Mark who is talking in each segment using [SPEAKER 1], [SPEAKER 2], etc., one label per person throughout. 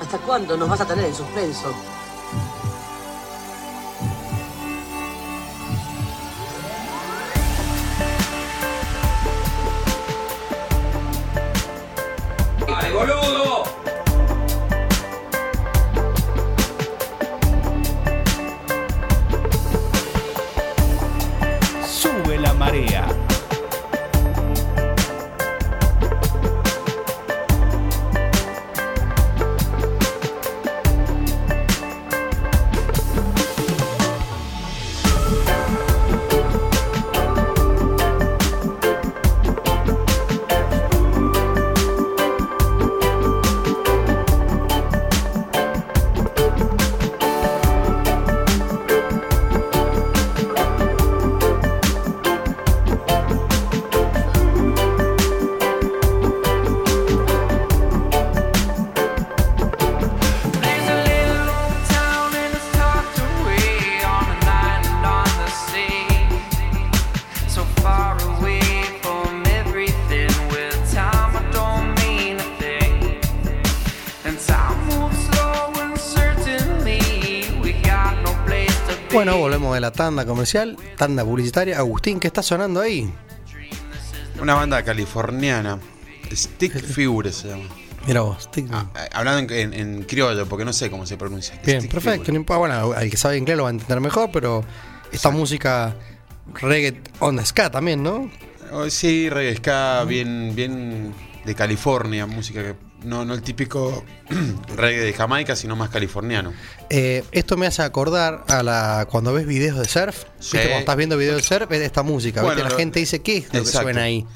[SPEAKER 1] ¿Hasta cuándo nos vas a tener en suspenso?
[SPEAKER 2] ¡Dale, boludo!
[SPEAKER 3] Sube la marea.
[SPEAKER 4] There's a little old town and it's tucked away on an island on the sea, so far away from everything. With time, I don't mean a thing, and time moves slow and certainly we got no place to be.
[SPEAKER 5] Bueno, volvemos de la tanda comercial, tanda publicitaria. Agustín, ¿qué está sonando ahí?
[SPEAKER 6] Una banda californiana. Stick Figure se llama.
[SPEAKER 5] Mira vos, tic-
[SPEAKER 6] Ah, eh, hablando en, en- en criollo, porque no sé cómo se pronuncia.
[SPEAKER 5] Bien,
[SPEAKER 6] Stick
[SPEAKER 5] perfecto. no
[SPEAKER 6] Figure.
[SPEAKER 5] importa, Ah, Bueno, al que sabe inglés lo va a entender mejor, pero esta música reggae on the ska también, ¿no?
[SPEAKER 6] Oh, sí, reggae ska, bien, bien de California, música que. No, no el típico reggae de Jamaica, sino más californiano.
[SPEAKER 5] Eh, esto me hace acordar a la cuando ves videos de surf.
[SPEAKER 6] Sí.
[SPEAKER 5] ¿viste? Cuando estás viendo videos de surf, es esta música.
[SPEAKER 6] Bueno,
[SPEAKER 5] ¿viste? La
[SPEAKER 6] lo-
[SPEAKER 5] gente dice, ¿qué es lo que
[SPEAKER 6] Exacto.
[SPEAKER 5] suena ahí?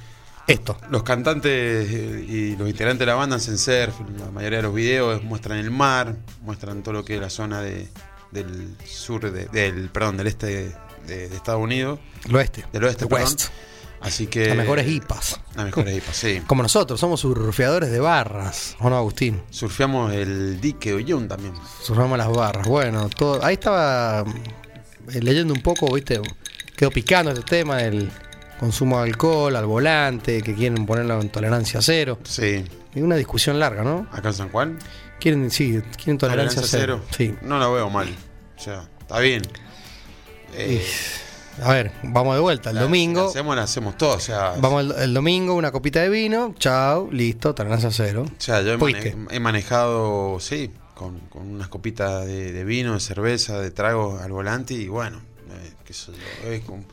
[SPEAKER 5] Esto.
[SPEAKER 6] Los cantantes eh, y los integrantes de la banda hacen surf. La mayoría de los videos muestran el mar, muestran todo lo que es la zona de- del sur, de- del, perdón, del este de, de Estados Unidos,
[SPEAKER 5] El oeste.
[SPEAKER 6] del oeste,
[SPEAKER 5] El
[SPEAKER 6] perdón. Eh,
[SPEAKER 5] West.
[SPEAKER 6] Así que.
[SPEAKER 5] Las mejores hipas.
[SPEAKER 6] Las mejores hipas, sí.
[SPEAKER 5] Como nosotros, somos surfeadores de barras. ¿O no, Agustín?
[SPEAKER 6] Surfeamos el dique Ollón también.
[SPEAKER 5] Surfamos las barras. Bueno, todo. Ahí estaba eh, leyendo un poco, ¿viste? Quedó picando este tema del consumo de alcohol al volante, que quieren ponerlo en tolerancia cero.
[SPEAKER 6] Sí.
[SPEAKER 5] Es una discusión larga, ¿no?
[SPEAKER 6] Acá en San Juan.
[SPEAKER 5] Quieren, sí, quieren tolerancia, cero. Sí.
[SPEAKER 6] No la veo mal. O sea, está bien. Eh,
[SPEAKER 5] A ver, vamos de vuelta. El
[SPEAKER 6] la-
[SPEAKER 5] domingo.
[SPEAKER 6] la hacemos, la hacemos todo. O sea,
[SPEAKER 5] Vamos el, el domingo, una copita de vino, chao, listo, tolerancia cero.
[SPEAKER 6] o sea, yo he, mane-
[SPEAKER 5] fuiste.
[SPEAKER 6] he manejado, sí, con, con unas copitas de, de vino, de cerveza, de trago al volante y bueno, eh, qué sé yo, es como,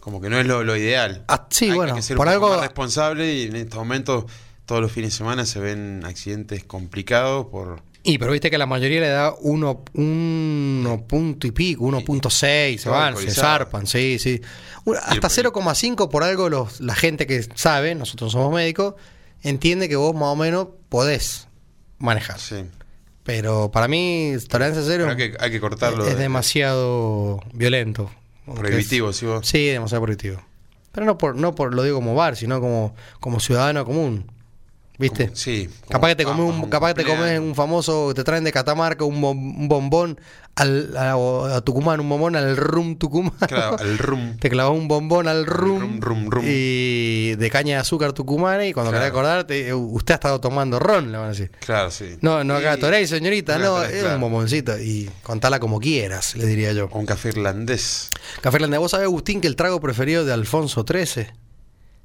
[SPEAKER 6] como que no es lo, lo ideal.
[SPEAKER 5] Ah, sí,
[SPEAKER 6] Hay- hay
[SPEAKER 5] bueno,
[SPEAKER 6] que ser
[SPEAKER 5] por
[SPEAKER 6] un poco
[SPEAKER 5] algo-
[SPEAKER 6] más responsable y en estos momentos todos los fines de semana se ven accidentes complicados por...
[SPEAKER 5] Y pero viste que la mayoría le da uno, uno punto y pico, 1.6, se
[SPEAKER 6] Todo
[SPEAKER 5] van, se
[SPEAKER 6] alcoholizado.
[SPEAKER 5] zarpan, sí, sí. Un- hasta 0,5 por algo los, la gente que sabe, nosotros somos médicos, entiende que vos más o menos podés manejar.
[SPEAKER 6] Sí.
[SPEAKER 5] Pero para mí, tolerancia cero
[SPEAKER 6] Pero hay que, hay que cortarlo.
[SPEAKER 5] es
[SPEAKER 6] de-
[SPEAKER 5] demasiado violento.
[SPEAKER 6] Prohibitivo, sí, vos.
[SPEAKER 5] Sí, demasiado prohibitivo. Pero no por, no por lo digo como bar, sino como, como ciudadano común. ¿Viste?
[SPEAKER 6] Como- sí, como-
[SPEAKER 5] Capaz que te
[SPEAKER 6] ah,
[SPEAKER 5] comes un,
[SPEAKER 6] como
[SPEAKER 5] capaz que te
[SPEAKER 6] cumpleaños.
[SPEAKER 5] comes un famoso, te traen de Catamarca un, bom- un bombón al, a, a Tucumán, un bombón al rum Tucumán.
[SPEAKER 6] Claro, al rum.
[SPEAKER 5] Te clavas un bombón al rum,
[SPEAKER 6] rum, rum, rum.
[SPEAKER 5] y de caña de azúcar tucumana y cuando
[SPEAKER 6] Claro.
[SPEAKER 5] querés acordarte, eh, usted ha estado tomando ron, le van a decir.
[SPEAKER 6] Claro, sí.
[SPEAKER 5] No, no
[SPEAKER 6] Y-
[SPEAKER 5] Gatorade, señorita,
[SPEAKER 6] no
[SPEAKER 5] no,
[SPEAKER 6] Gatorade,
[SPEAKER 5] es
[SPEAKER 6] claro.
[SPEAKER 5] un bomboncito y contala como quieras, le diría yo.
[SPEAKER 6] O un café irlandés.
[SPEAKER 5] Café Irlandés, ¿vos sabés, Agustín, que el trago preferido de Alfonso XIII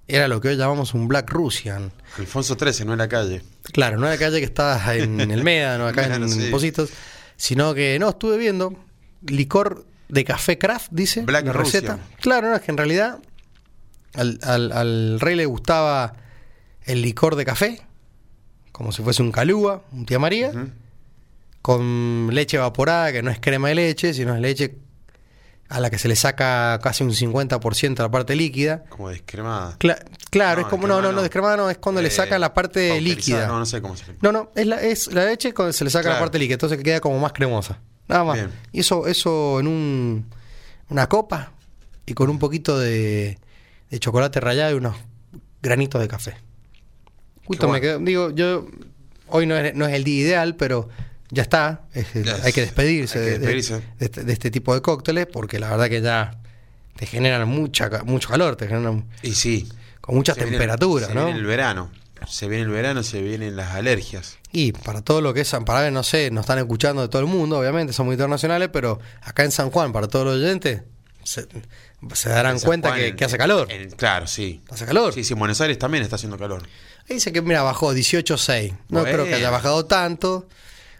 [SPEAKER 5] era lo que hoy llamamos un Black Russian?
[SPEAKER 6] Alfonso XIII, no en la calle.
[SPEAKER 5] Claro, no en la calle que está en el Médano, acá
[SPEAKER 6] Médano,
[SPEAKER 5] en
[SPEAKER 6] sí.
[SPEAKER 5] Positos, sino que no, estuve viendo licor de café craft, dice
[SPEAKER 6] Black
[SPEAKER 5] la receta.
[SPEAKER 6] Russian.
[SPEAKER 5] Claro, no, es que en realidad al, al- al rey le gustaba el licor de café, como si fuese un calúa, un tía María,
[SPEAKER 6] ¿Mm?
[SPEAKER 5] con leche evaporada, que no es crema de leche, sino es leche a la que se le saca casi un 50% de la parte líquida.
[SPEAKER 6] Como descremada.
[SPEAKER 5] Cla- claro, es como, no,
[SPEAKER 6] descremada
[SPEAKER 5] no, no, descremada no, es cuando le
[SPEAKER 6] Eh,
[SPEAKER 5] sacan la parte
[SPEAKER 6] pausterizada,
[SPEAKER 5] líquida.
[SPEAKER 6] No, no sé cómo se llama.
[SPEAKER 5] No, no, es la, es la leche cuando se le saca la
[SPEAKER 6] Claro.
[SPEAKER 5] parte líquida, entonces queda como más cremosa. Nada más.
[SPEAKER 6] Bien.
[SPEAKER 5] Y eso, eso en un, una copa y con un poquito de, de chocolate rallado y unos granitos de café. Justo
[SPEAKER 6] Qué
[SPEAKER 5] me quedo, digo, yo hoy no es, no es el día ideal, pero ya está. es el-
[SPEAKER 6] Ya
[SPEAKER 5] hay que
[SPEAKER 6] es-
[SPEAKER 5] despedirse,
[SPEAKER 6] hay que
[SPEAKER 5] de- de-
[SPEAKER 6] despedirse.
[SPEAKER 5] De, este, de este tipo de cócteles porque la verdad que ya te generan mucha, ca- mucho calor, te generan
[SPEAKER 6] Y sí.
[SPEAKER 5] con mucha
[SPEAKER 6] se viene-
[SPEAKER 5] temperatura,
[SPEAKER 6] se
[SPEAKER 5] ¿no?
[SPEAKER 6] viene el verano. Se viene el verano, se vienen las alergias.
[SPEAKER 5] Y para todo lo que es San Pará, no sé, nos están escuchando de todo el mundo, obviamente, somos internacionales, pero acá en San Juan, para todos los oyentes, se, se darán
[SPEAKER 6] En San
[SPEAKER 5] cuenta
[SPEAKER 6] Juan,
[SPEAKER 5] que,
[SPEAKER 6] en-
[SPEAKER 5] que hace calor.
[SPEAKER 6] en- claro, sí.
[SPEAKER 5] Hace calor.
[SPEAKER 6] Sí, sí, en Buenos Aires también está haciendo calor.
[SPEAKER 5] Ahí dice que, mira, bajó 18.6. No
[SPEAKER 6] Bueno.
[SPEAKER 5] creo que haya bajado tanto,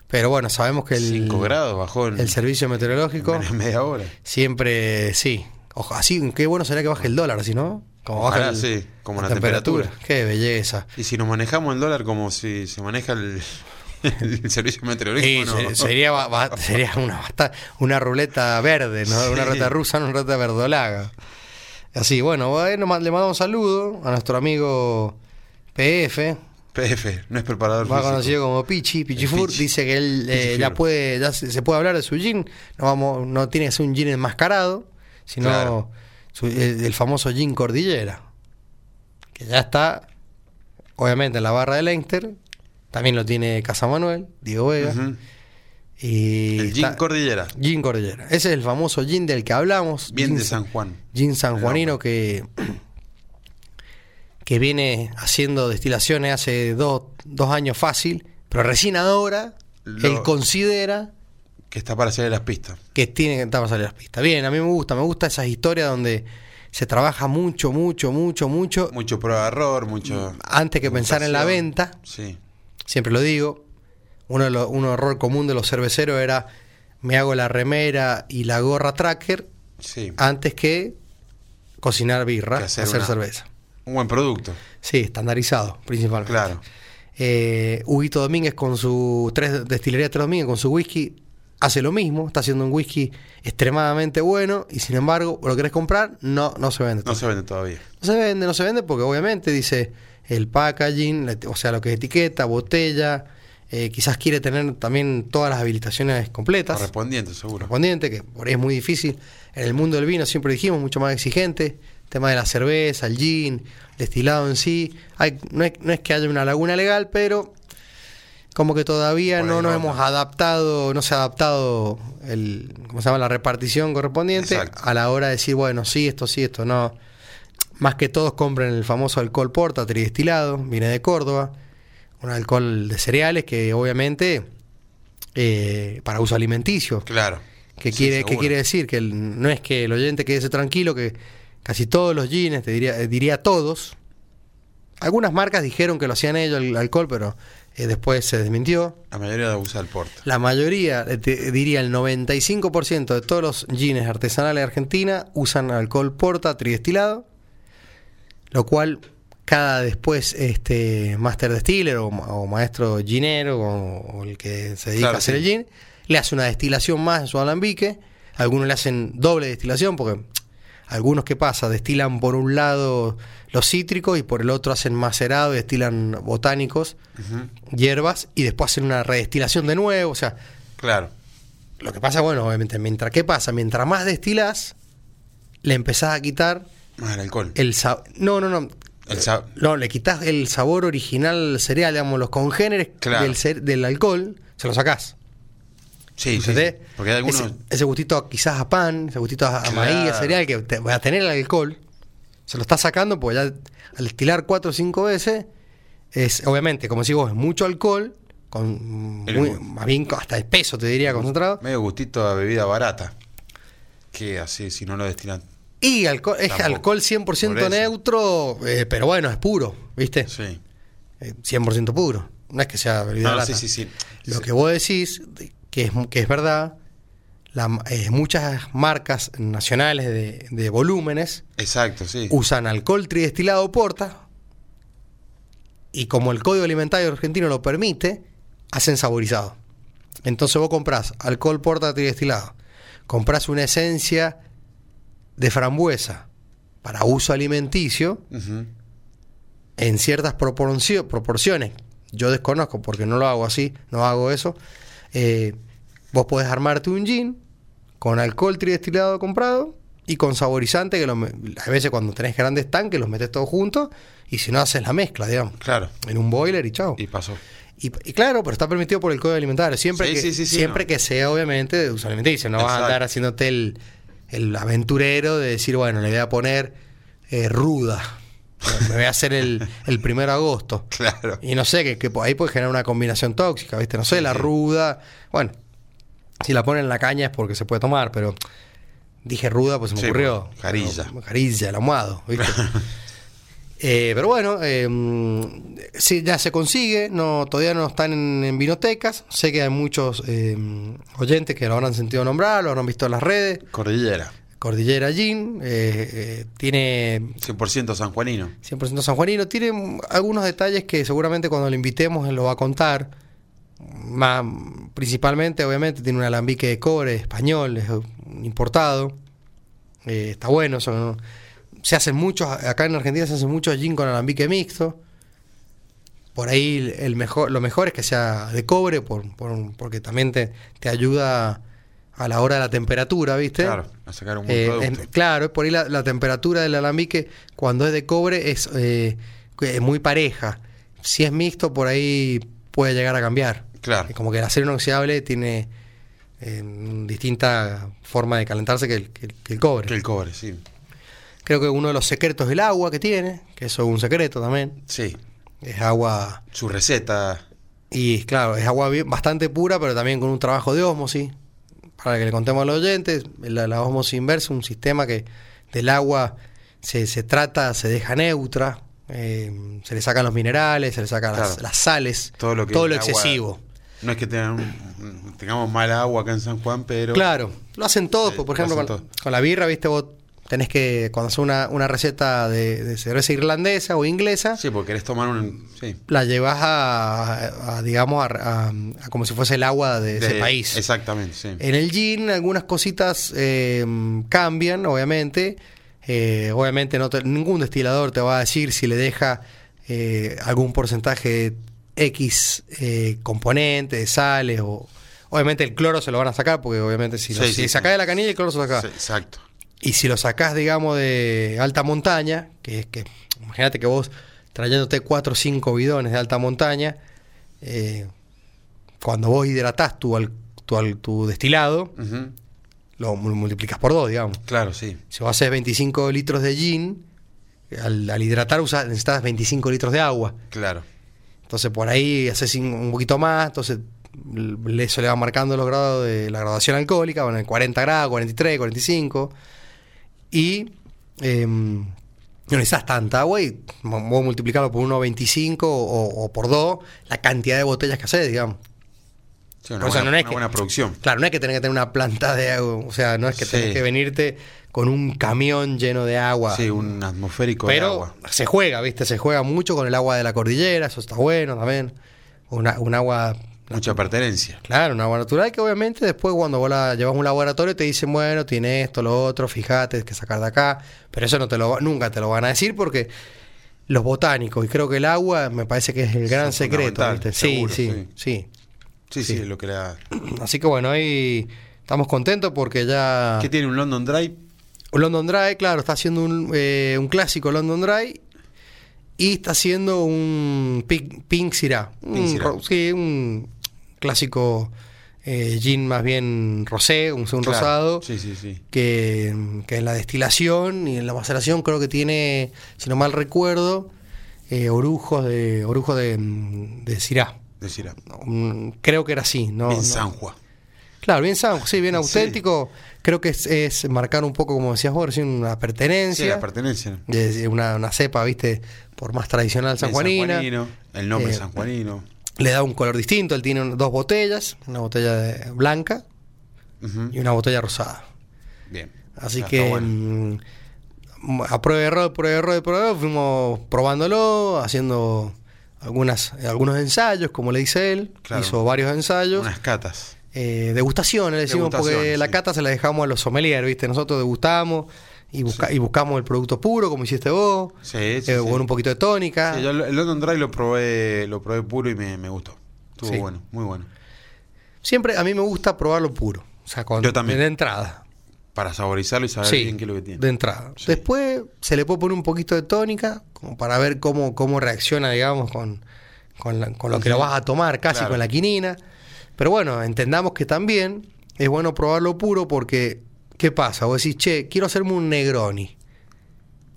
[SPEAKER 5] pero bueno, sabemos que el,
[SPEAKER 6] 5 grados bajó en,
[SPEAKER 5] el servicio meteorológico
[SPEAKER 6] en menos de media hora.
[SPEAKER 5] siempre, sí. Ojo, así, qué bueno sería que baje el dólar, así, ¿no? Como
[SPEAKER 6] Ojalá,
[SPEAKER 5] el-
[SPEAKER 6] sí, como la temperatura.
[SPEAKER 5] Qué belleza.
[SPEAKER 6] Y si nos manejamos el dólar como si se maneja el, el servicio
[SPEAKER 5] Sí,
[SPEAKER 6] meteorológico. no.
[SPEAKER 5] se- sería, ba- ba- sería una, basta- una ruleta verde, ¿no? una
[SPEAKER 6] Sí.
[SPEAKER 5] ruleta rusa, no una ruleta verdolaga. Así, bueno, bueno, ma- le mandamos saludo a nuestro amigo PF,
[SPEAKER 6] PF, no es preparador
[SPEAKER 5] más
[SPEAKER 6] físico.
[SPEAKER 5] conocido como Pichi, Pichifur,
[SPEAKER 6] Pichi.
[SPEAKER 5] dice que él eh,
[SPEAKER 6] Pichifur.
[SPEAKER 5] ya puede, ya se, se puede hablar de su jean, no vamos, no tiene que ser un jean enmascarado, sino
[SPEAKER 6] Claro.
[SPEAKER 5] su- el, el famoso jean cordillera, que ya está, obviamente, en la barra de Leinster, también lo tiene Casa Manuel, Diego Vega.
[SPEAKER 6] Ujú.
[SPEAKER 5] Y
[SPEAKER 6] El Jim
[SPEAKER 5] está-
[SPEAKER 6] Cordillera,
[SPEAKER 5] Gin Cordillera. Ese es el famoso gin del que hablamos.
[SPEAKER 6] bien
[SPEAKER 5] gin,
[SPEAKER 6] de San Juan.
[SPEAKER 5] Gin sanjuanino que, que viene haciendo destilaciones hace dos, dos años fácil, pero recién ahora
[SPEAKER 6] Lo-
[SPEAKER 5] él considera
[SPEAKER 6] Que está para hacer las pistas.
[SPEAKER 5] que tiene que estar para salir a las pistas. Bien, a mí me gusta, me gusta esas historias donde se trabaja mucho, mucho, mucho, mucho
[SPEAKER 6] Mucho prueba-error, mucho...
[SPEAKER 5] antes Mm, que pensar en la
[SPEAKER 6] degustación.
[SPEAKER 5] venta.
[SPEAKER 6] Sí.
[SPEAKER 5] siempre lo digo, uno, de los- un error común de los cerveceros era me hago la remera y la gorra tracker
[SPEAKER 6] Sí.
[SPEAKER 5] antes que cocinar birra,
[SPEAKER 6] Que hacer
[SPEAKER 5] hacer,
[SPEAKER 6] una-
[SPEAKER 5] cerveza.
[SPEAKER 6] Un buen producto.
[SPEAKER 5] Sí, estandarizado principalmente.
[SPEAKER 6] Claro.
[SPEAKER 5] Eh, Huguito Domínguez con su tres, destilería Tres Domínguez con su whisky hace lo mismo, está haciendo un whisky extremadamente bueno y sin embargo lo querés comprar, no, no se vende.
[SPEAKER 6] No se vende todavía.
[SPEAKER 5] No se vende, no se vende porque obviamente dice el packaging, la eti- o sea, lo que es etiqueta, botella, eh, quizás quiere tener también todas las habilitaciones completas,
[SPEAKER 6] Correspondiente, seguro.
[SPEAKER 5] correspondiente, que por ahí es muy difícil. En el mundo del vino siempre dijimos, mucho más exigente, tema de la cerveza, el gin, destilado en sí. Hay- no, es, no es que haya una laguna legal, pero como que todavía
[SPEAKER 6] Por ahí
[SPEAKER 5] no nos
[SPEAKER 6] no
[SPEAKER 5] hemos
[SPEAKER 6] anda.
[SPEAKER 5] adaptado, no se ha adaptado el, ¿cómo se llama? la repartición correspondiente
[SPEAKER 6] Exacto.
[SPEAKER 5] a la hora de decir, bueno, sí, esto, sí, esto, no. Más que todos compren el famoso alcohol porta tridestilado, viene de Córdoba, un alcohol de cereales que obviamente eh, para uso alimenticio.
[SPEAKER 6] Claro.
[SPEAKER 5] ¿Qué,
[SPEAKER 6] Sí,
[SPEAKER 5] quiere, ¿Qué
[SPEAKER 6] seguro.
[SPEAKER 5] quiere decir? Que el- no es que el oyente quede tranquilo, que casi todos los jeans, te diría, eh, diría todos. Algunas marcas dijeron que lo hacían ellos el alcohol, pero eh, después se desmintió.
[SPEAKER 6] La mayoría de usa el porta.
[SPEAKER 5] La mayoría, eh, te- diría el 95% de todos los jeans artesanales de Argentina usan alcohol porta tridestilado, lo cual cada después este master destiller o, ma- o maestro ginero o, o el que se dedica
[SPEAKER 6] Claro,
[SPEAKER 5] a hacer
[SPEAKER 6] sí.
[SPEAKER 5] el gin le hace una destilación más en su alambique, algunos le hacen doble destilación porque algunos que pasa destilan por un lado los cítricos y por el otro hacen macerado y destilan botánicos
[SPEAKER 6] Ujú.
[SPEAKER 5] hierbas y después hacen una redestilación de nuevo. O sea,
[SPEAKER 6] Claro.
[SPEAKER 5] lo que pasa, bueno, obviamente, mientras ¿qué pasa? Mientras más destilás, le empezás a quitar
[SPEAKER 6] Más el alcohol.
[SPEAKER 5] el sabor. No, no, no.
[SPEAKER 6] El sa-
[SPEAKER 5] No, le quitas el sabor original al cereal, digamos, los congéneres
[SPEAKER 6] Claro.
[SPEAKER 5] del, cer- del alcohol, se lo sacás.
[SPEAKER 6] Sí, sí,
[SPEAKER 5] ¿entendés?
[SPEAKER 6] sí. Porque hay algunos...
[SPEAKER 5] ese, ese gustito quizás a pan, ese gustito a, a
[SPEAKER 6] Claro.
[SPEAKER 5] maíz, a cereal, que te- va a tener el alcohol, se lo estás sacando, porque ya al estilar cuatro o cinco veces, es obviamente, como si vos, es mucho alcohol, con
[SPEAKER 6] El
[SPEAKER 5] muy-
[SPEAKER 6] gu-
[SPEAKER 5] más bien con- hasta el peso, te diría, concentrado.
[SPEAKER 6] Medio gustito a bebida barata. Que así, si no lo destinan.
[SPEAKER 5] Y alcohol, es
[SPEAKER 6] Tampoco.
[SPEAKER 5] alcohol 100%
[SPEAKER 6] Por eso.
[SPEAKER 5] neutro, eh, pero bueno, es puro, ¿viste?
[SPEAKER 6] Sí.
[SPEAKER 5] Eh, 100% puro. No es que sea bebida
[SPEAKER 6] No,
[SPEAKER 5] barata.
[SPEAKER 6] sí, sí, sí.
[SPEAKER 5] Lo
[SPEAKER 6] Sí.
[SPEAKER 5] que vos decís, de- que es, que es verdad, la- eh, muchas marcas nacionales de, de volúmenes
[SPEAKER 6] Exacto, sí.
[SPEAKER 5] usan alcohol tridestilado porta y como el código alimentario argentino lo permite, hacen saborizado. Entonces vos comprás alcohol porta tridestilado, comprás una esencia de frambuesa para uso alimenticio
[SPEAKER 6] Ujú.
[SPEAKER 5] en ciertas proporcio- proporciones, yo desconozco porque no lo hago así, no hago eso, eh, vos podés armarte un gin con alcohol tridestilado comprado y con saborizante que lo me- a veces cuando tenés grandes tanques los metes todos juntos y si no haces la mezcla, digamos,
[SPEAKER 6] Claro.
[SPEAKER 5] en un boiler y chao.
[SPEAKER 6] Y pasó.
[SPEAKER 5] Y, y claro, pero está permitido por el código alimentario, siempre,
[SPEAKER 6] Sí,
[SPEAKER 5] que,
[SPEAKER 6] sí, sí, sí,
[SPEAKER 5] siempre
[SPEAKER 6] no.
[SPEAKER 5] que sea obviamente de uso alimenticio, no vas a
[SPEAKER 6] Exacto.
[SPEAKER 5] andar haciéndote el, el aventurero de decir, bueno, le voy a poner eh, ruda. me voy a hacer el, el primero de agosto.
[SPEAKER 6] Claro.
[SPEAKER 5] Y no sé, que, que ahí puede generar una combinación tóxica, ¿viste? No sé, la ruda. Bueno, si la ponen en la caña es porque se puede tomar, pero dije ruda, pues se me
[SPEAKER 6] Sí,
[SPEAKER 5] ocurrió.
[SPEAKER 6] bueno, jarilla.
[SPEAKER 5] Pero, jarilla, el ahumado, ¿viste? Eh, pero bueno, eh, mm, sí, ya se consigue, no, todavía no están en, en vinotecas. Sé que hay muchos eh, oyentes que lo habrán sentido nombrar, lo habrán visto en las redes.
[SPEAKER 6] Cordillera.
[SPEAKER 5] Cordillera Gin, eh, eh, tiene
[SPEAKER 6] 100% sanjuanino.
[SPEAKER 5] 100% sanjuanino. Tiene mm, algunos detalles que seguramente cuando lo invitemos él lo va a contar. Más, principalmente, obviamente, tiene un alambique de cobre español, es eh, importado. Eh, está bueno. son- se hacen muchos, acá en Argentina se hacen muchos gin con alambique mixto. Por ahí el- el mejor, lo mejor es que sea de cobre, por- por- porque también te, te ayuda a la hora de la temperatura, ¿viste?
[SPEAKER 6] Claro, a sacar un buen
[SPEAKER 5] Eh,
[SPEAKER 6] producto.
[SPEAKER 5] en- claro, por ahí la, la temperatura del alambique cuando es de cobre es eh, que es muy pareja. Si es mixto, por ahí puede llegar a cambiar.
[SPEAKER 6] Claro.
[SPEAKER 5] Eh, Como que el acero inoxidable tiene eh, un distinta forma de calentarse que el, que el- que el cobre.
[SPEAKER 6] Que el cobre, sí.
[SPEAKER 5] Creo que uno de los secretos es el agua que tiene, que eso es un secreto también.
[SPEAKER 6] Sí.
[SPEAKER 5] Es agua,
[SPEAKER 6] Su receta.
[SPEAKER 5] y claro, es agua bien- bastante pura, pero también con un trabajo de ósmosis. Para que le contemos a los oyentes, la, la ósmosis inversa es un sistema que del agua se, se trata, se deja neutra, eh, se le sacan los minerales, se le sacan las,
[SPEAKER 6] Claro.
[SPEAKER 5] las sales,
[SPEAKER 6] Todo lo que el agua-
[SPEAKER 5] excesivo.
[SPEAKER 6] No es que tengan un- tengamos mala agua acá en San Juan, pero.
[SPEAKER 5] Claro, lo hacen todos,
[SPEAKER 6] Sí,
[SPEAKER 5] pues, por
[SPEAKER 6] lo
[SPEAKER 5] ejemplo,
[SPEAKER 6] hacen
[SPEAKER 5] con, con la birra, viste, vos tenés que, cuando haces una, una receta de, de cerveza irlandesa o inglesa,
[SPEAKER 6] Sí, porque querés tomar un. Sí.
[SPEAKER 5] la llevas a, a- digamos, a, a- a como si fuese el agua de, ese
[SPEAKER 6] De-
[SPEAKER 5] país.
[SPEAKER 6] Exactamente, sí.
[SPEAKER 5] En el gin algunas cositas eh, cambian, obviamente. Eh, obviamente no te- ningún destilador te va a decir si le deja eh, algún porcentaje X eh, componente de sales o... Obviamente el cloro se lo van a sacar porque obviamente si, lo-
[SPEAKER 6] Sí,
[SPEAKER 5] si
[SPEAKER 6] sí,
[SPEAKER 5] sacás
[SPEAKER 6] sí.
[SPEAKER 5] de la canilla el cloro se lo sacás.
[SPEAKER 6] Sí, exacto.
[SPEAKER 5] Y si lo sacás, digamos, de alta montaña, que es que, imagínate que vos trayéndote 4 o 5 bidones de alta montaña, eh, cuando vos hidratás tu, al- tu, al- tu destilado,
[SPEAKER 6] Ujú.
[SPEAKER 5] lo mu- multiplicas por 2, digamos.
[SPEAKER 6] Claro, sí.
[SPEAKER 5] Si vos haces 25 litros de gin, al, al hidratar usás, necesitas 25 litros de agua.
[SPEAKER 6] Claro.
[SPEAKER 5] Entonces por ahí haces un- un poquito más, entonces l- eso le va marcando los grados de la graduación alcohólica, bueno, en 40 grados, 43, 45. Y eh, no necesitas tanta agua y mo- vos multiplicarlo por 1,25 o, o por 2, la cantidad de botellas que haces, digamos.
[SPEAKER 6] Sí, una
[SPEAKER 5] Por eso
[SPEAKER 6] buena,
[SPEAKER 5] no es
[SPEAKER 6] una
[SPEAKER 5] que-
[SPEAKER 6] buena producción.
[SPEAKER 5] Claro, no es que tenés que tener una planta de agua, o sea, no es que
[SPEAKER 6] Sí.
[SPEAKER 5] tenés que venirte con un camión lleno de agua.
[SPEAKER 6] Sí, un atmosférico
[SPEAKER 5] Ah. Pero
[SPEAKER 6] de agua.
[SPEAKER 5] se juega, ¿viste? Se juega mucho con el agua de la cordillera, eso está bueno también. Una- un agua
[SPEAKER 6] Mucha
[SPEAKER 5] Ah.
[SPEAKER 6] pertenencia.
[SPEAKER 5] Claro, un agua natural que obviamente después cuando vos la llevas a un laboratorio te dicen, bueno, tiene esto, lo otro, fíjate, hay que sacar de acá. Pero eso no te lo, va- nunca te lo van a decir porque los botánicos, y creo que el agua me parece que es el gran
[SPEAKER 6] Son
[SPEAKER 5] secreto. ¿viste?
[SPEAKER 6] fundamental,
[SPEAKER 5] Sí,
[SPEAKER 6] seguro,
[SPEAKER 5] sí, sí,
[SPEAKER 6] Sí, sí, lo que la.
[SPEAKER 5] Así que bueno, ahí estamos contentos porque ya...
[SPEAKER 6] ¿Qué tiene un London Dry?
[SPEAKER 5] London Dry, claro, está haciendo un, eh, un clásico London Dry y está haciendo un Pink, pink Syrah.
[SPEAKER 6] Pink
[SPEAKER 5] Un,
[SPEAKER 6] Syrah.
[SPEAKER 5] ro- sí, un clásico eh, gin más bien rosé, un, un
[SPEAKER 6] Claro.
[SPEAKER 5] rosado,
[SPEAKER 6] Sí, sí, sí.
[SPEAKER 5] que, que en la destilación y en la maceración creo que tiene, si no mal recuerdo, eh, orujos de orujos de, mm, de Syrah.
[SPEAKER 6] Decirá.
[SPEAKER 5] Mm, Creo que era así. No,
[SPEAKER 6] en
[SPEAKER 5] no-
[SPEAKER 6] San Juan.
[SPEAKER 5] Claro, bien San sí, bien
[SPEAKER 6] Sí.
[SPEAKER 5] auténtico. Creo que es, es marcar un poco, como decías vos, recién, una
[SPEAKER 6] Sí,
[SPEAKER 5] pertenencia.
[SPEAKER 6] la pertenencia.
[SPEAKER 5] de- de una, una cepa, viste, por más tradicional sanjuanina.
[SPEAKER 6] sanjuanino, El nombre
[SPEAKER 5] Eh,
[SPEAKER 6] sanjuanino.
[SPEAKER 5] Le da un color distinto. Él tiene un- dos botellas: una botella de- blanca
[SPEAKER 6] Ujú.
[SPEAKER 5] y una botella rosada.
[SPEAKER 6] Bien.
[SPEAKER 5] Así
[SPEAKER 6] Ya Ah, está
[SPEAKER 5] que.
[SPEAKER 6] bueno.
[SPEAKER 5] mm, a prueba de error, prueba de error, prueba de error, fuimos probándolo, haciendo algunas, algunos ensayos, como le dice él.
[SPEAKER 6] Claro.
[SPEAKER 5] Hizo varios ensayos.
[SPEAKER 6] Unas catas.
[SPEAKER 5] eh, degustaciones, le decimos, porque
[SPEAKER 6] Degustaciones,
[SPEAKER 5] la
[SPEAKER 6] sí.
[SPEAKER 5] cata se la dejamos a los sommeliers, ¿viste? Nosotros degustamos y, busca- y buscamos el producto puro, como hiciste vos,
[SPEAKER 6] Sí, sí,
[SPEAKER 5] eh,
[SPEAKER 6] sí.
[SPEAKER 5] con un poquito de tónica.
[SPEAKER 6] Sí, yo el London Dry lo probé, lo probé puro y me, me gustó. Estuvo
[SPEAKER 5] Sí.
[SPEAKER 6] bueno, muy bueno.
[SPEAKER 5] Siempre a mí me gusta probarlo puro, o sea, con,
[SPEAKER 6] Yo también.
[SPEAKER 5] de entrada.
[SPEAKER 6] Para saborizarlo y saber
[SPEAKER 5] Sí,
[SPEAKER 6] bien qué es lo que tiene.
[SPEAKER 5] de entrada.
[SPEAKER 6] Sí.
[SPEAKER 5] Después se le puede poner un poquito de tónica, como para ver cómo, cómo reacciona, digamos, con, con, la- con lo que lo vas a tomar, casi
[SPEAKER 6] Claro.
[SPEAKER 5] con la quinina. Pero bueno, entendamos que también es bueno probarlo puro porque, ¿qué pasa? Vos decís, che, quiero hacerme un Negroni.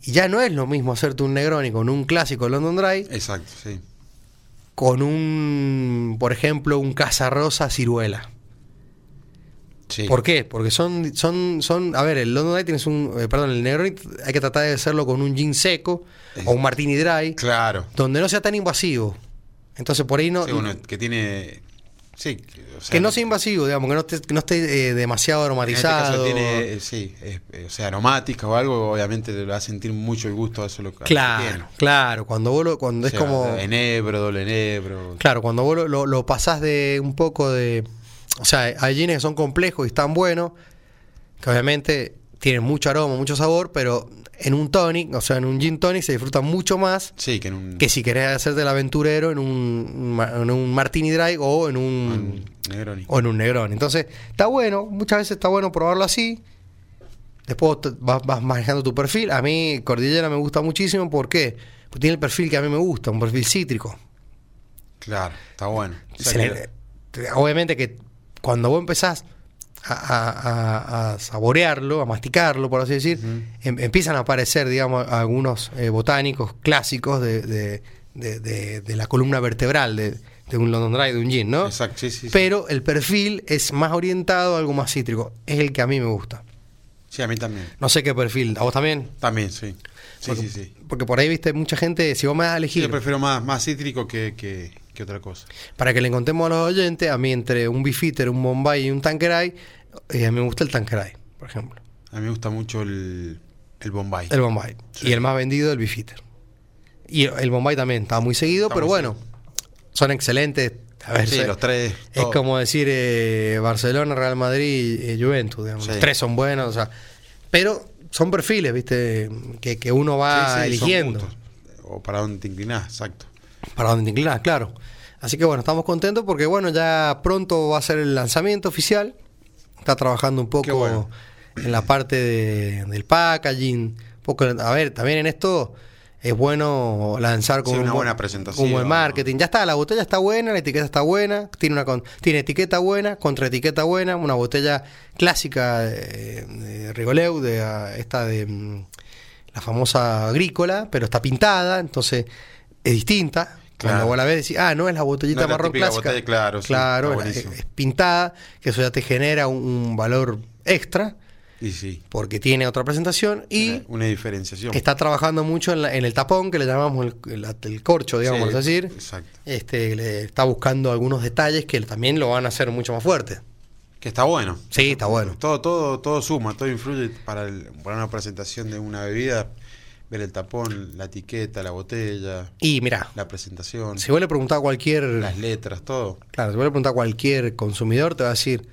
[SPEAKER 5] Y ya no es lo mismo hacerte un Negroni con un clásico London Dry,
[SPEAKER 6] Exacto, sí.
[SPEAKER 5] con un, por ejemplo, un Rosa ciruela.
[SPEAKER 6] Sí.
[SPEAKER 5] ¿Por qué? Porque son, son, son, a ver, el London Dry tienes un, eh, perdón, el Negroni hay que tratar de hacerlo con un gin seco o un Martini Dry,
[SPEAKER 6] Claro.
[SPEAKER 5] donde no sea tan invasivo. Entonces por ahí no,
[SPEAKER 6] Sí, bueno, que tiene. Sí, que, o sea,
[SPEAKER 5] que no sea invasivo, digamos, que no esté, que no esté eh, demasiado
[SPEAKER 6] En este caso
[SPEAKER 5] aromatizado.
[SPEAKER 6] tiene, eh, sí, es, eh, o sea, aromática o algo, obviamente le va a sentir mucho el gusto a eso lo que a lo que tiene.
[SPEAKER 5] Claro, claro, cuando vos lo- cuando
[SPEAKER 6] O
[SPEAKER 5] es
[SPEAKER 6] sea,
[SPEAKER 5] como
[SPEAKER 6] Enebro, doble enebro.
[SPEAKER 5] Claro, cuando vos lo, lo- lo pasás de un poco de. O sea, hay jeans que son complejos y están buenos, que obviamente tienen mucho aroma, mucho sabor, pero en un tonic, o sea, en un gin tonic se disfruta mucho más
[SPEAKER 6] Sí, que en un.
[SPEAKER 5] que si querés hacerte el aventurero en un, ma- en un martini dry o en un,
[SPEAKER 6] un Negroni.
[SPEAKER 5] o en un negrón. Entonces, está bueno, muchas veces está bueno probarlo así. Después vos te- vas, vas manejando tu perfil. A mí Cordillera me gusta muchísimo, ¿por qué? Porque tiene el perfil que a mí me gusta, un perfil cítrico.
[SPEAKER 6] Claro, está bueno. O sea,
[SPEAKER 5] Se le-
[SPEAKER 6] que-
[SPEAKER 5] te- obviamente que cuando vos empezás a, a- a- a saborearlo, a masticarlo, por así decir, em- empiezan a aparecer, digamos, algunos eh, botánicos clásicos de, de- de- de- de la columna vertebral de, de un London Dry, de un gin, ¿no?
[SPEAKER 6] Exacto, sí, sí. sí.
[SPEAKER 5] Pero el perfil es más orientado a algo más cítrico. Es el que a mí me gusta.
[SPEAKER 6] Sí, a mí también.
[SPEAKER 5] No sé qué perfil. ¿A vos también?
[SPEAKER 6] También, sí. Sí,
[SPEAKER 5] porque,
[SPEAKER 6] sí, sí.
[SPEAKER 5] Porque por ahí, viste, mucha gente, si vos me das a elegir...
[SPEAKER 6] Yo prefiero más, más cítrico que, que, que otra cosa.
[SPEAKER 5] Para que le contemos a los oyentes, a mí entre un bifitter, un bombay y un tanqueray, eh, a mí me gusta el tanqueray, por ejemplo.
[SPEAKER 6] A mí me gusta mucho el, el Bombay.
[SPEAKER 5] El bombay.
[SPEAKER 6] Sí.
[SPEAKER 5] Y el más vendido, el bifitter. Y el bombay también, está muy seguido,
[SPEAKER 6] Está
[SPEAKER 5] pero
[SPEAKER 6] muy
[SPEAKER 5] bueno, son excelentes. A ver,
[SPEAKER 6] sí,
[SPEAKER 5] se-
[SPEAKER 6] los tres.
[SPEAKER 5] Es
[SPEAKER 6] todo.
[SPEAKER 5] como decir eh, Barcelona, Real Madrid, eh, Juventus, digamos.
[SPEAKER 6] Sí.
[SPEAKER 5] Los tres son buenos, o sea. Pero son perfiles, viste, que, que uno
[SPEAKER 6] Sí,
[SPEAKER 5] va
[SPEAKER 6] sí, son
[SPEAKER 5] eligiendo.
[SPEAKER 6] gustos. O para dónde te inclinás, exacto.
[SPEAKER 5] Para donde te inclinas, claro. Así que bueno, estamos contentos porque bueno, ya pronto va a ser el lanzamiento oficial. Está trabajando un
[SPEAKER 6] Qué
[SPEAKER 5] poco
[SPEAKER 6] bueno.
[SPEAKER 5] en la parte de- del packaging. un poco- a ver, también en esto es bueno lanzar con
[SPEAKER 6] Sí, una
[SPEAKER 5] un buen-
[SPEAKER 6] buena presentación.
[SPEAKER 5] un buen marketing. Ya está, la botella está buena, la etiqueta está buena, tiene una con- tiene etiqueta buena, contraetiqueta buena, una botella clásica eh, de Rigoleu, de ah, esta de mm, la famosa agrícola, pero está pintada, entonces es distinta.
[SPEAKER 6] Claro.
[SPEAKER 5] Cuando vos la ves decís, ah, no es la botellita
[SPEAKER 6] No es la
[SPEAKER 5] marrón
[SPEAKER 6] típica
[SPEAKER 5] clásica.
[SPEAKER 6] botella, claro, sí,
[SPEAKER 5] Claro,
[SPEAKER 6] está
[SPEAKER 5] es,
[SPEAKER 6] buenísimo.
[SPEAKER 5] es pintada, que eso ya te genera un, un valor extra,
[SPEAKER 6] Y sí.
[SPEAKER 5] porque tiene otra presentación y...
[SPEAKER 6] una, una diferenciación.
[SPEAKER 5] Está trabajando mucho en, la- en el tapón, que le llamamos el, el- el corcho, digamos,
[SPEAKER 6] Sí,
[SPEAKER 5] es decir.
[SPEAKER 6] Exacto.
[SPEAKER 5] Este, le está buscando algunos detalles que también lo van a hacer mucho más fuerte.
[SPEAKER 6] Que está bueno.
[SPEAKER 5] Sí, está bueno.
[SPEAKER 6] Todo, todo, todo suma, todo influye para, el- para una presentación de una bebida. Ver el tapón, la etiqueta, la botella,
[SPEAKER 5] Y mira,
[SPEAKER 6] la presentación,
[SPEAKER 5] si vos le preguntás a cualquier,
[SPEAKER 6] las letras, todo.
[SPEAKER 5] claro, si vos le preguntás a cualquier consumidor, te va a decir,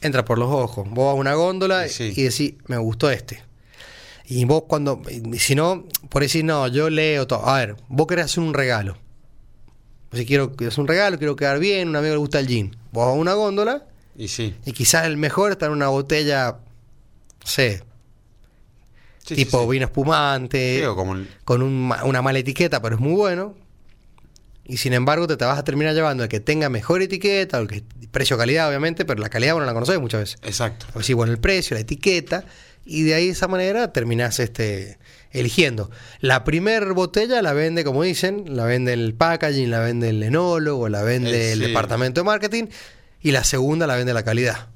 [SPEAKER 5] entra por los ojos. Vos vas a una góndola
[SPEAKER 6] Sí.
[SPEAKER 5] y decís, me gustó este. Y vos cuando, y si no, por decir, no, yo leo todo. A ver, vos querés hacer un regalo. O sea, quiero hacer un regalo, quiero quedar bien, un amigo le gusta el jean. Vos vas a una góndola
[SPEAKER 6] Y sí.
[SPEAKER 5] y quizás el mejor está en una botella, no sé,
[SPEAKER 6] Sí,
[SPEAKER 5] tipo
[SPEAKER 6] sí, sí.
[SPEAKER 5] vino eh, espumante.
[SPEAKER 6] Digo, como el-
[SPEAKER 5] con un ma- una mala etiqueta, pero es muy bueno. Y sin embargo, te, te vas a terminar llevando el que tenga mejor etiqueta, o el que precio-calidad, obviamente, pero la calidad bueno, la conoces muchas veces.
[SPEAKER 6] Exacto.
[SPEAKER 5] Pues sí, bueno, el precio, la etiqueta, y de ahí de esa manera terminás este, eligiendo. La primer botella la vende, como dicen, la vende el packaging, la vende el enólogo, la vende
[SPEAKER 6] Eh,
[SPEAKER 5] el
[SPEAKER 6] sí.
[SPEAKER 5] departamento de marketing, y la segunda la vende la calidad.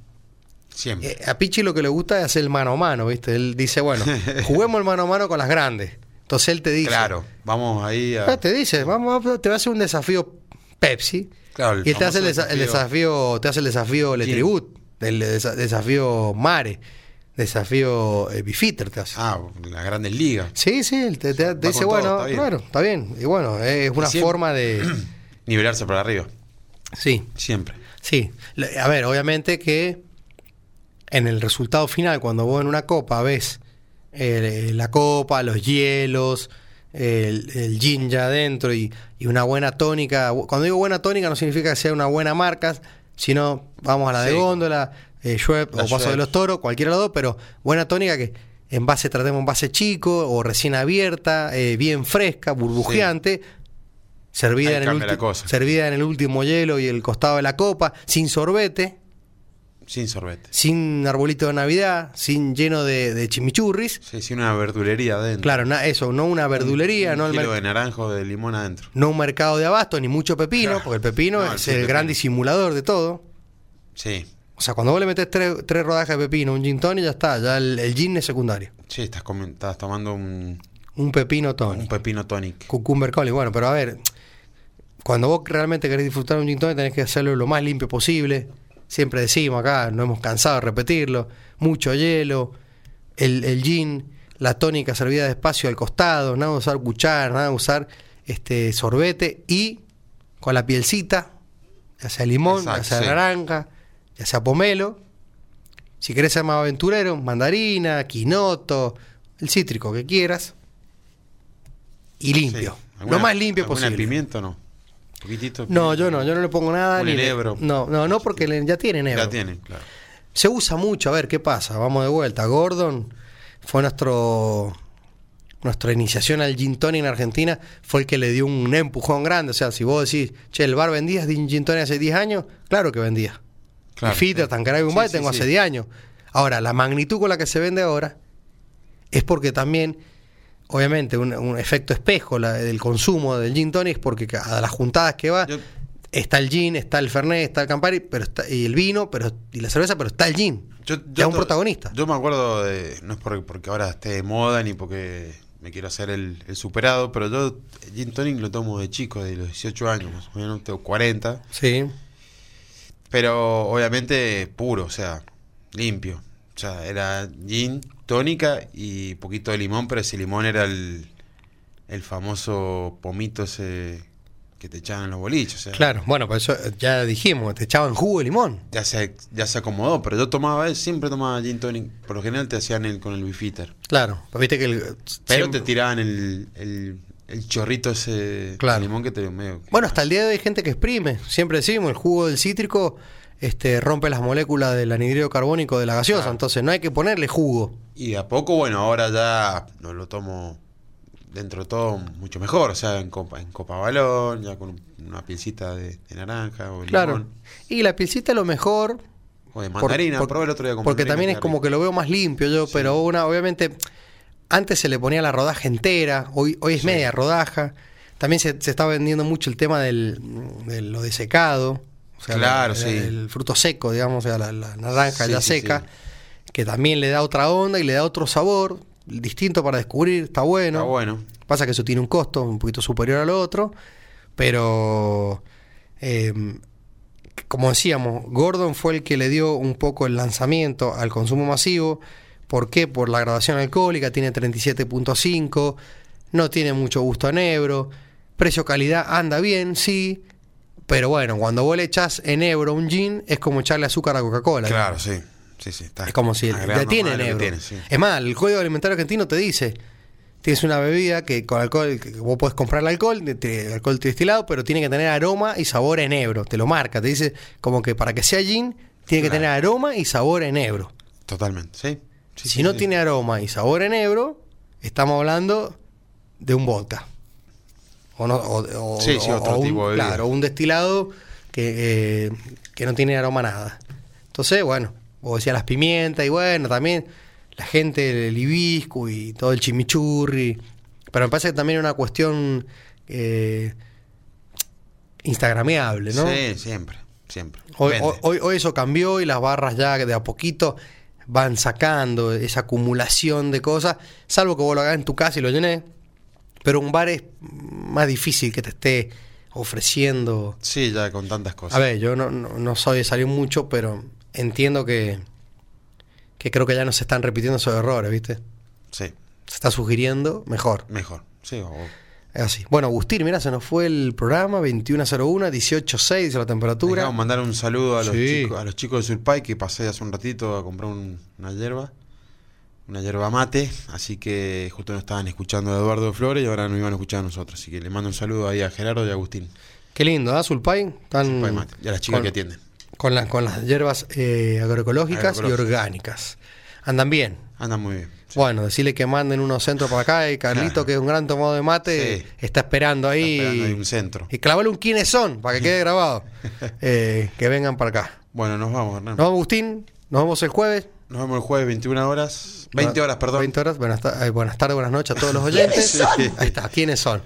[SPEAKER 6] Siempre.
[SPEAKER 5] Eh, a Pichi lo que le gusta es hacer el mano a mano, ¿viste? Él dice, bueno, juguemos el mano a mano con las grandes. Entonces él te dice,
[SPEAKER 6] claro. Vamos ahí a.
[SPEAKER 5] Ah, te dice, vamos, vamos, te va a hacer un desafío Pepsi.
[SPEAKER 6] Claro, el
[SPEAKER 5] y él te hace el,
[SPEAKER 6] famoso
[SPEAKER 5] desa- el desafío, te hace el desafío Le
[SPEAKER 6] Gin.
[SPEAKER 5] Tribut, el desa- desafío Mare, desafío eh, Bifitter te hace.
[SPEAKER 6] Ah, las grandes ligas.
[SPEAKER 5] Sí, sí, él te, te- te
[SPEAKER 6] Va con
[SPEAKER 5] dice,
[SPEAKER 6] todo,
[SPEAKER 5] bueno,
[SPEAKER 6] está bien.
[SPEAKER 5] claro, está bien. Y bueno, eh, es una
[SPEAKER 6] siempre-
[SPEAKER 5] forma de...
[SPEAKER 6] Nivelarse para arriba.
[SPEAKER 5] Sí,
[SPEAKER 6] Siempre.
[SPEAKER 5] sí. Le- A ver, obviamente que en el resultado final, cuando vos en una copa ves eh, la copa, los hielos, el, el gin ya adentro y, y una buena tónica. Cuando digo buena tónica no significa que sea una buena marca, sino vamos a la de
[SPEAKER 6] Sí.
[SPEAKER 5] góndola, eh, Schweppes
[SPEAKER 6] La
[SPEAKER 5] o Paso de
[SPEAKER 6] Schweppes.
[SPEAKER 5] los Toros, cualquiera de los dos, pero buena tónica que en base tratemos en base chico o recién abierta, eh, bien fresca, burbujeante.
[SPEAKER 6] Ahí
[SPEAKER 5] Servida en, el
[SPEAKER 6] cambia la
[SPEAKER 5] ulti-
[SPEAKER 6] cosa.
[SPEAKER 5] servida en el último hielo y el costado de la copa, sin sorbete,
[SPEAKER 6] Sin sorbete.
[SPEAKER 5] sin arbolito de Navidad, sin lleno de, de chimichurris.
[SPEAKER 6] Sí, sin una verdulería adentro.
[SPEAKER 5] Claro, na- eso, no una verdulería,
[SPEAKER 6] Un
[SPEAKER 5] no, el
[SPEAKER 6] kilo
[SPEAKER 5] mer-
[SPEAKER 6] de naranjo de limón adentro.
[SPEAKER 5] no un mercado de abasto, ni mucho pepino,
[SPEAKER 6] Claro.
[SPEAKER 5] porque el pepino
[SPEAKER 6] No,
[SPEAKER 5] es
[SPEAKER 6] sí,
[SPEAKER 5] el
[SPEAKER 6] pepino.
[SPEAKER 5] gran disimulador de todo.
[SPEAKER 6] Sí.
[SPEAKER 5] O sea, cuando vos le metés tres, tres rodajas de pepino, un gin tonic, ya está, ya el, el gin es secundario.
[SPEAKER 6] Sí, estás, comi- estás tomando un,
[SPEAKER 5] Un pepino tonic.
[SPEAKER 6] un pepino tonic.
[SPEAKER 5] Cucumber Collie. Bueno, pero a ver, cuando vos realmente querés disfrutar un gin tonic, tenés que hacerlo lo más limpio posible. Siempre decimos acá, no hemos cansado de repetirlo. Mucho hielo, el, el gin, la tónica servida despacio al costado, nada de usar cuchara, nada de usar este sorbete y con la pielcita, ya sea limón, ya
[SPEAKER 6] Exacto,
[SPEAKER 5] sea
[SPEAKER 6] sí.
[SPEAKER 5] naranja, ya sea pomelo. Si querés ser más aventurero, mandarina, quinoto, el cítrico que quieras. Y limpio.
[SPEAKER 6] Sí.
[SPEAKER 5] Lo
[SPEAKER 6] ¿Alguna-
[SPEAKER 5] más limpio
[SPEAKER 6] alguna
[SPEAKER 5] posible.
[SPEAKER 6] pimiento no? Poquitito. de
[SPEAKER 5] No,
[SPEAKER 6] pimiento.
[SPEAKER 5] yo no, yo no le pongo nada.
[SPEAKER 6] Un
[SPEAKER 5] ni le-
[SPEAKER 6] enebro.
[SPEAKER 5] No, no, no, porque le- ya tiene enebro.
[SPEAKER 6] Ya tienen, claro.
[SPEAKER 5] Se usa mucho, a ver qué pasa. Vamos de vuelta. Gordon fue nuestro. Nuestra iniciación al gin tonic en Argentina fue el que le dio un empujón grande. O sea, si vos decís, che, el bar vendías gin tonic hace 10 años, claro que vendía.
[SPEAKER 6] Claro,
[SPEAKER 5] y Fita,
[SPEAKER 6] sí.
[SPEAKER 5] Tancaray Bombay
[SPEAKER 6] Sí, sí,
[SPEAKER 5] tengo
[SPEAKER 6] sí.
[SPEAKER 5] hace 10 años. Ahora, la magnitud con la que se vende ahora es porque también, obviamente, un, un efecto espejo la- del consumo del gin tonic, porque ca- a las juntadas que va,
[SPEAKER 6] Yo-
[SPEAKER 5] está el gin, está el Fernet, está el Campari, pero está, y el vino, pero y la cerveza, pero está el gin.
[SPEAKER 6] Yo, yo
[SPEAKER 5] Ya un
[SPEAKER 6] to-
[SPEAKER 5] protagonista.
[SPEAKER 6] Yo me acuerdo de. No es por- porque ahora esté de moda ni porque me quiero hacer el, el superado, pero yo el Gin Tonic lo tomo de chico, de los 18 años, más o menos, tengo 40.
[SPEAKER 5] Sí.
[SPEAKER 6] Pero obviamente puro, o sea, limpio. O sea, era gin, tónica y poquito de limón, pero ese limón era el, el famoso pomito ese que te echaban en los boliches. o sea,
[SPEAKER 5] Claro, bueno, por eso eh, ya dijimos, te echaban jugo de limón.
[SPEAKER 6] Ya se, ya se acomodó, pero yo tomaba, eh, siempre tomaba gin tonic. Por lo general te hacían el, con el bifitter.
[SPEAKER 5] Claro, pero viste que el,
[SPEAKER 6] Pero
[SPEAKER 5] siempre-
[SPEAKER 6] te tiraban el, el, el chorrito ese
[SPEAKER 5] Claro.
[SPEAKER 6] de limón que te medio.
[SPEAKER 5] Bueno, hasta el día de hoy hay gente que exprime. Siempre decimos, el jugo del cítrico este, rompe las moléculas del anhidrido carbónico de la gaseosa. Entonces no hay que ponerle jugo.
[SPEAKER 6] Y de a poco, bueno, ahora ya no lo tomo dentro de todo mucho mejor. O sea, en copa, en copa balón, ya con una pielcita de, de naranja o de
[SPEAKER 5] Claro.
[SPEAKER 6] limón.
[SPEAKER 5] Y la pielcita a lo mejor.
[SPEAKER 6] O de
[SPEAKER 5] por-
[SPEAKER 6] mandarina,
[SPEAKER 5] por-
[SPEAKER 6] probé el otro día con
[SPEAKER 5] Porque
[SPEAKER 6] mandarina,
[SPEAKER 5] también es
[SPEAKER 6] queda
[SPEAKER 5] como
[SPEAKER 6] rico.
[SPEAKER 5] que lo veo más limpio yo, pero una, obviamente, antes se le ponía la rodaja entera, hoy, hoy es media rodaja. También se, se está vendiendo mucho el tema del, de lo de secado. o sea,
[SPEAKER 6] Claro,
[SPEAKER 5] la-
[SPEAKER 6] sí.
[SPEAKER 5] El fruto seco, digamos, o sea, la, la naranja
[SPEAKER 6] Sí,
[SPEAKER 5] ya
[SPEAKER 6] sí,
[SPEAKER 5] seca, que también le da otra onda y le da otro sabor, distinto para descubrir, está bueno.
[SPEAKER 6] Está bueno.
[SPEAKER 5] Pasa que eso tiene un costo un poquito superior al otro, pero eh, como decíamos, Gordon fue el que le dio un poco el lanzamiento al consumo masivo. ¿Por qué? Por la graduación alcohólica, tiene 37.5, no tiene mucho gusto a enebro, precio-calidad anda bien, sí, pero bueno, cuando vos le echás enebro a un gin es como echarle azúcar a Coca-Cola.
[SPEAKER 6] Claro, sí. Sí, sí. está
[SPEAKER 5] Es como si
[SPEAKER 6] agregando
[SPEAKER 5] ya tiene Eh,
[SPEAKER 6] más de lo que
[SPEAKER 5] enebro.
[SPEAKER 6] tiene, sí.
[SPEAKER 5] Es más, el Código Alimentario Argentino te dice, tienes una bebida que con alcohol, que vos podés comprar el alcohol, de- de- alcohol destilado, pero tiene que tener aroma y sabor a enebro, te lo marca, te dice como que para que sea gin, tiene que
[SPEAKER 6] Claro.
[SPEAKER 5] tener aroma y sabor a enebro.
[SPEAKER 6] Totalmente, sí. Sí,
[SPEAKER 5] si
[SPEAKER 6] sí,
[SPEAKER 5] no
[SPEAKER 6] sí.
[SPEAKER 5] tiene aroma y sabor a enebro, estamos hablando de un vodka. O, no, o, o-
[SPEAKER 6] Sí, sí,
[SPEAKER 5] o-
[SPEAKER 6] otro
[SPEAKER 5] o un,
[SPEAKER 6] tipo de bebida.
[SPEAKER 5] Claro, un destilado que, eh, que no tiene aroma a nada. Entonces, bueno, vos decías las pimientas y bueno, también la gente, el hibisco y todo el chimichurri. Pero me parece que también es una cuestión eh, instagrameable, ¿no?
[SPEAKER 6] Sí, siempre. Siempre.
[SPEAKER 5] Hoy,
[SPEAKER 6] Vende.
[SPEAKER 5] hoy- hoy- hoy eso cambió y las barras ya de a poquito van sacando esa acumulación de cosas, salvo que vos lo hagas en tu casa y lo llenes. Pero un bar es más difícil que te esté ofreciendo.
[SPEAKER 6] Sí, ya con tantas cosas.
[SPEAKER 5] A ver, yo no, no, no soy de salir mucho, pero entiendo que, que creo que ya no se están repitiendo esos errores, ¿viste?
[SPEAKER 6] Sí,
[SPEAKER 5] Se está sugiriendo mejor.
[SPEAKER 6] mejor. Sí, o
[SPEAKER 5] Es así. Bueno, Agustín, mira, se nos fue el programa, 21.01, 18.6 dice la temperatura.
[SPEAKER 6] Vamos a mandar un saludo a los,
[SPEAKER 5] Sí.
[SPEAKER 6] chicos, a los chicos de Surpay que pasé hace un ratito a comprar un- una hierba, una hierba mate. Así que justo nos estaban escuchando a Eduardo Flores y ahora nos iban a escuchar a nosotros. Así que le mando un saludo ahí a Gerardo y a Agustín.
[SPEAKER 5] Qué lindo, ¿ah? Zulpay. Tan-
[SPEAKER 6] Surpay mate. Y a las chicas
[SPEAKER 5] con-
[SPEAKER 6] que atienden.
[SPEAKER 5] Con, las con las hierbas eh, agroecológicas y
[SPEAKER 6] Agroecológicas.
[SPEAKER 5] orgánicas. Andan bien.
[SPEAKER 6] Andan muy bien.
[SPEAKER 5] Bueno, decirle que manden unos centros para acá. Y Carlito, que es un gran tomado de mate,
[SPEAKER 6] Sí.
[SPEAKER 5] está esperando ahí.
[SPEAKER 6] Está esperando ahí un centro.
[SPEAKER 5] Y clavale un quiénes son para que quede grabado. Eh, que vengan para acá.
[SPEAKER 6] Bueno, nos vamos, Hernán.
[SPEAKER 5] Nos vamos, Agustín. Nos vemos el jueves.
[SPEAKER 6] Nos vemos el jueves, 21
[SPEAKER 5] Ah,
[SPEAKER 6] horas. 20 horas, perdón.
[SPEAKER 5] 20 horas. Buenas, ta- eh, buenas tardes, buenas noches a todos los oyentes.
[SPEAKER 6] ¿Quiénes son?
[SPEAKER 5] Ahí está, ¿quiénes son?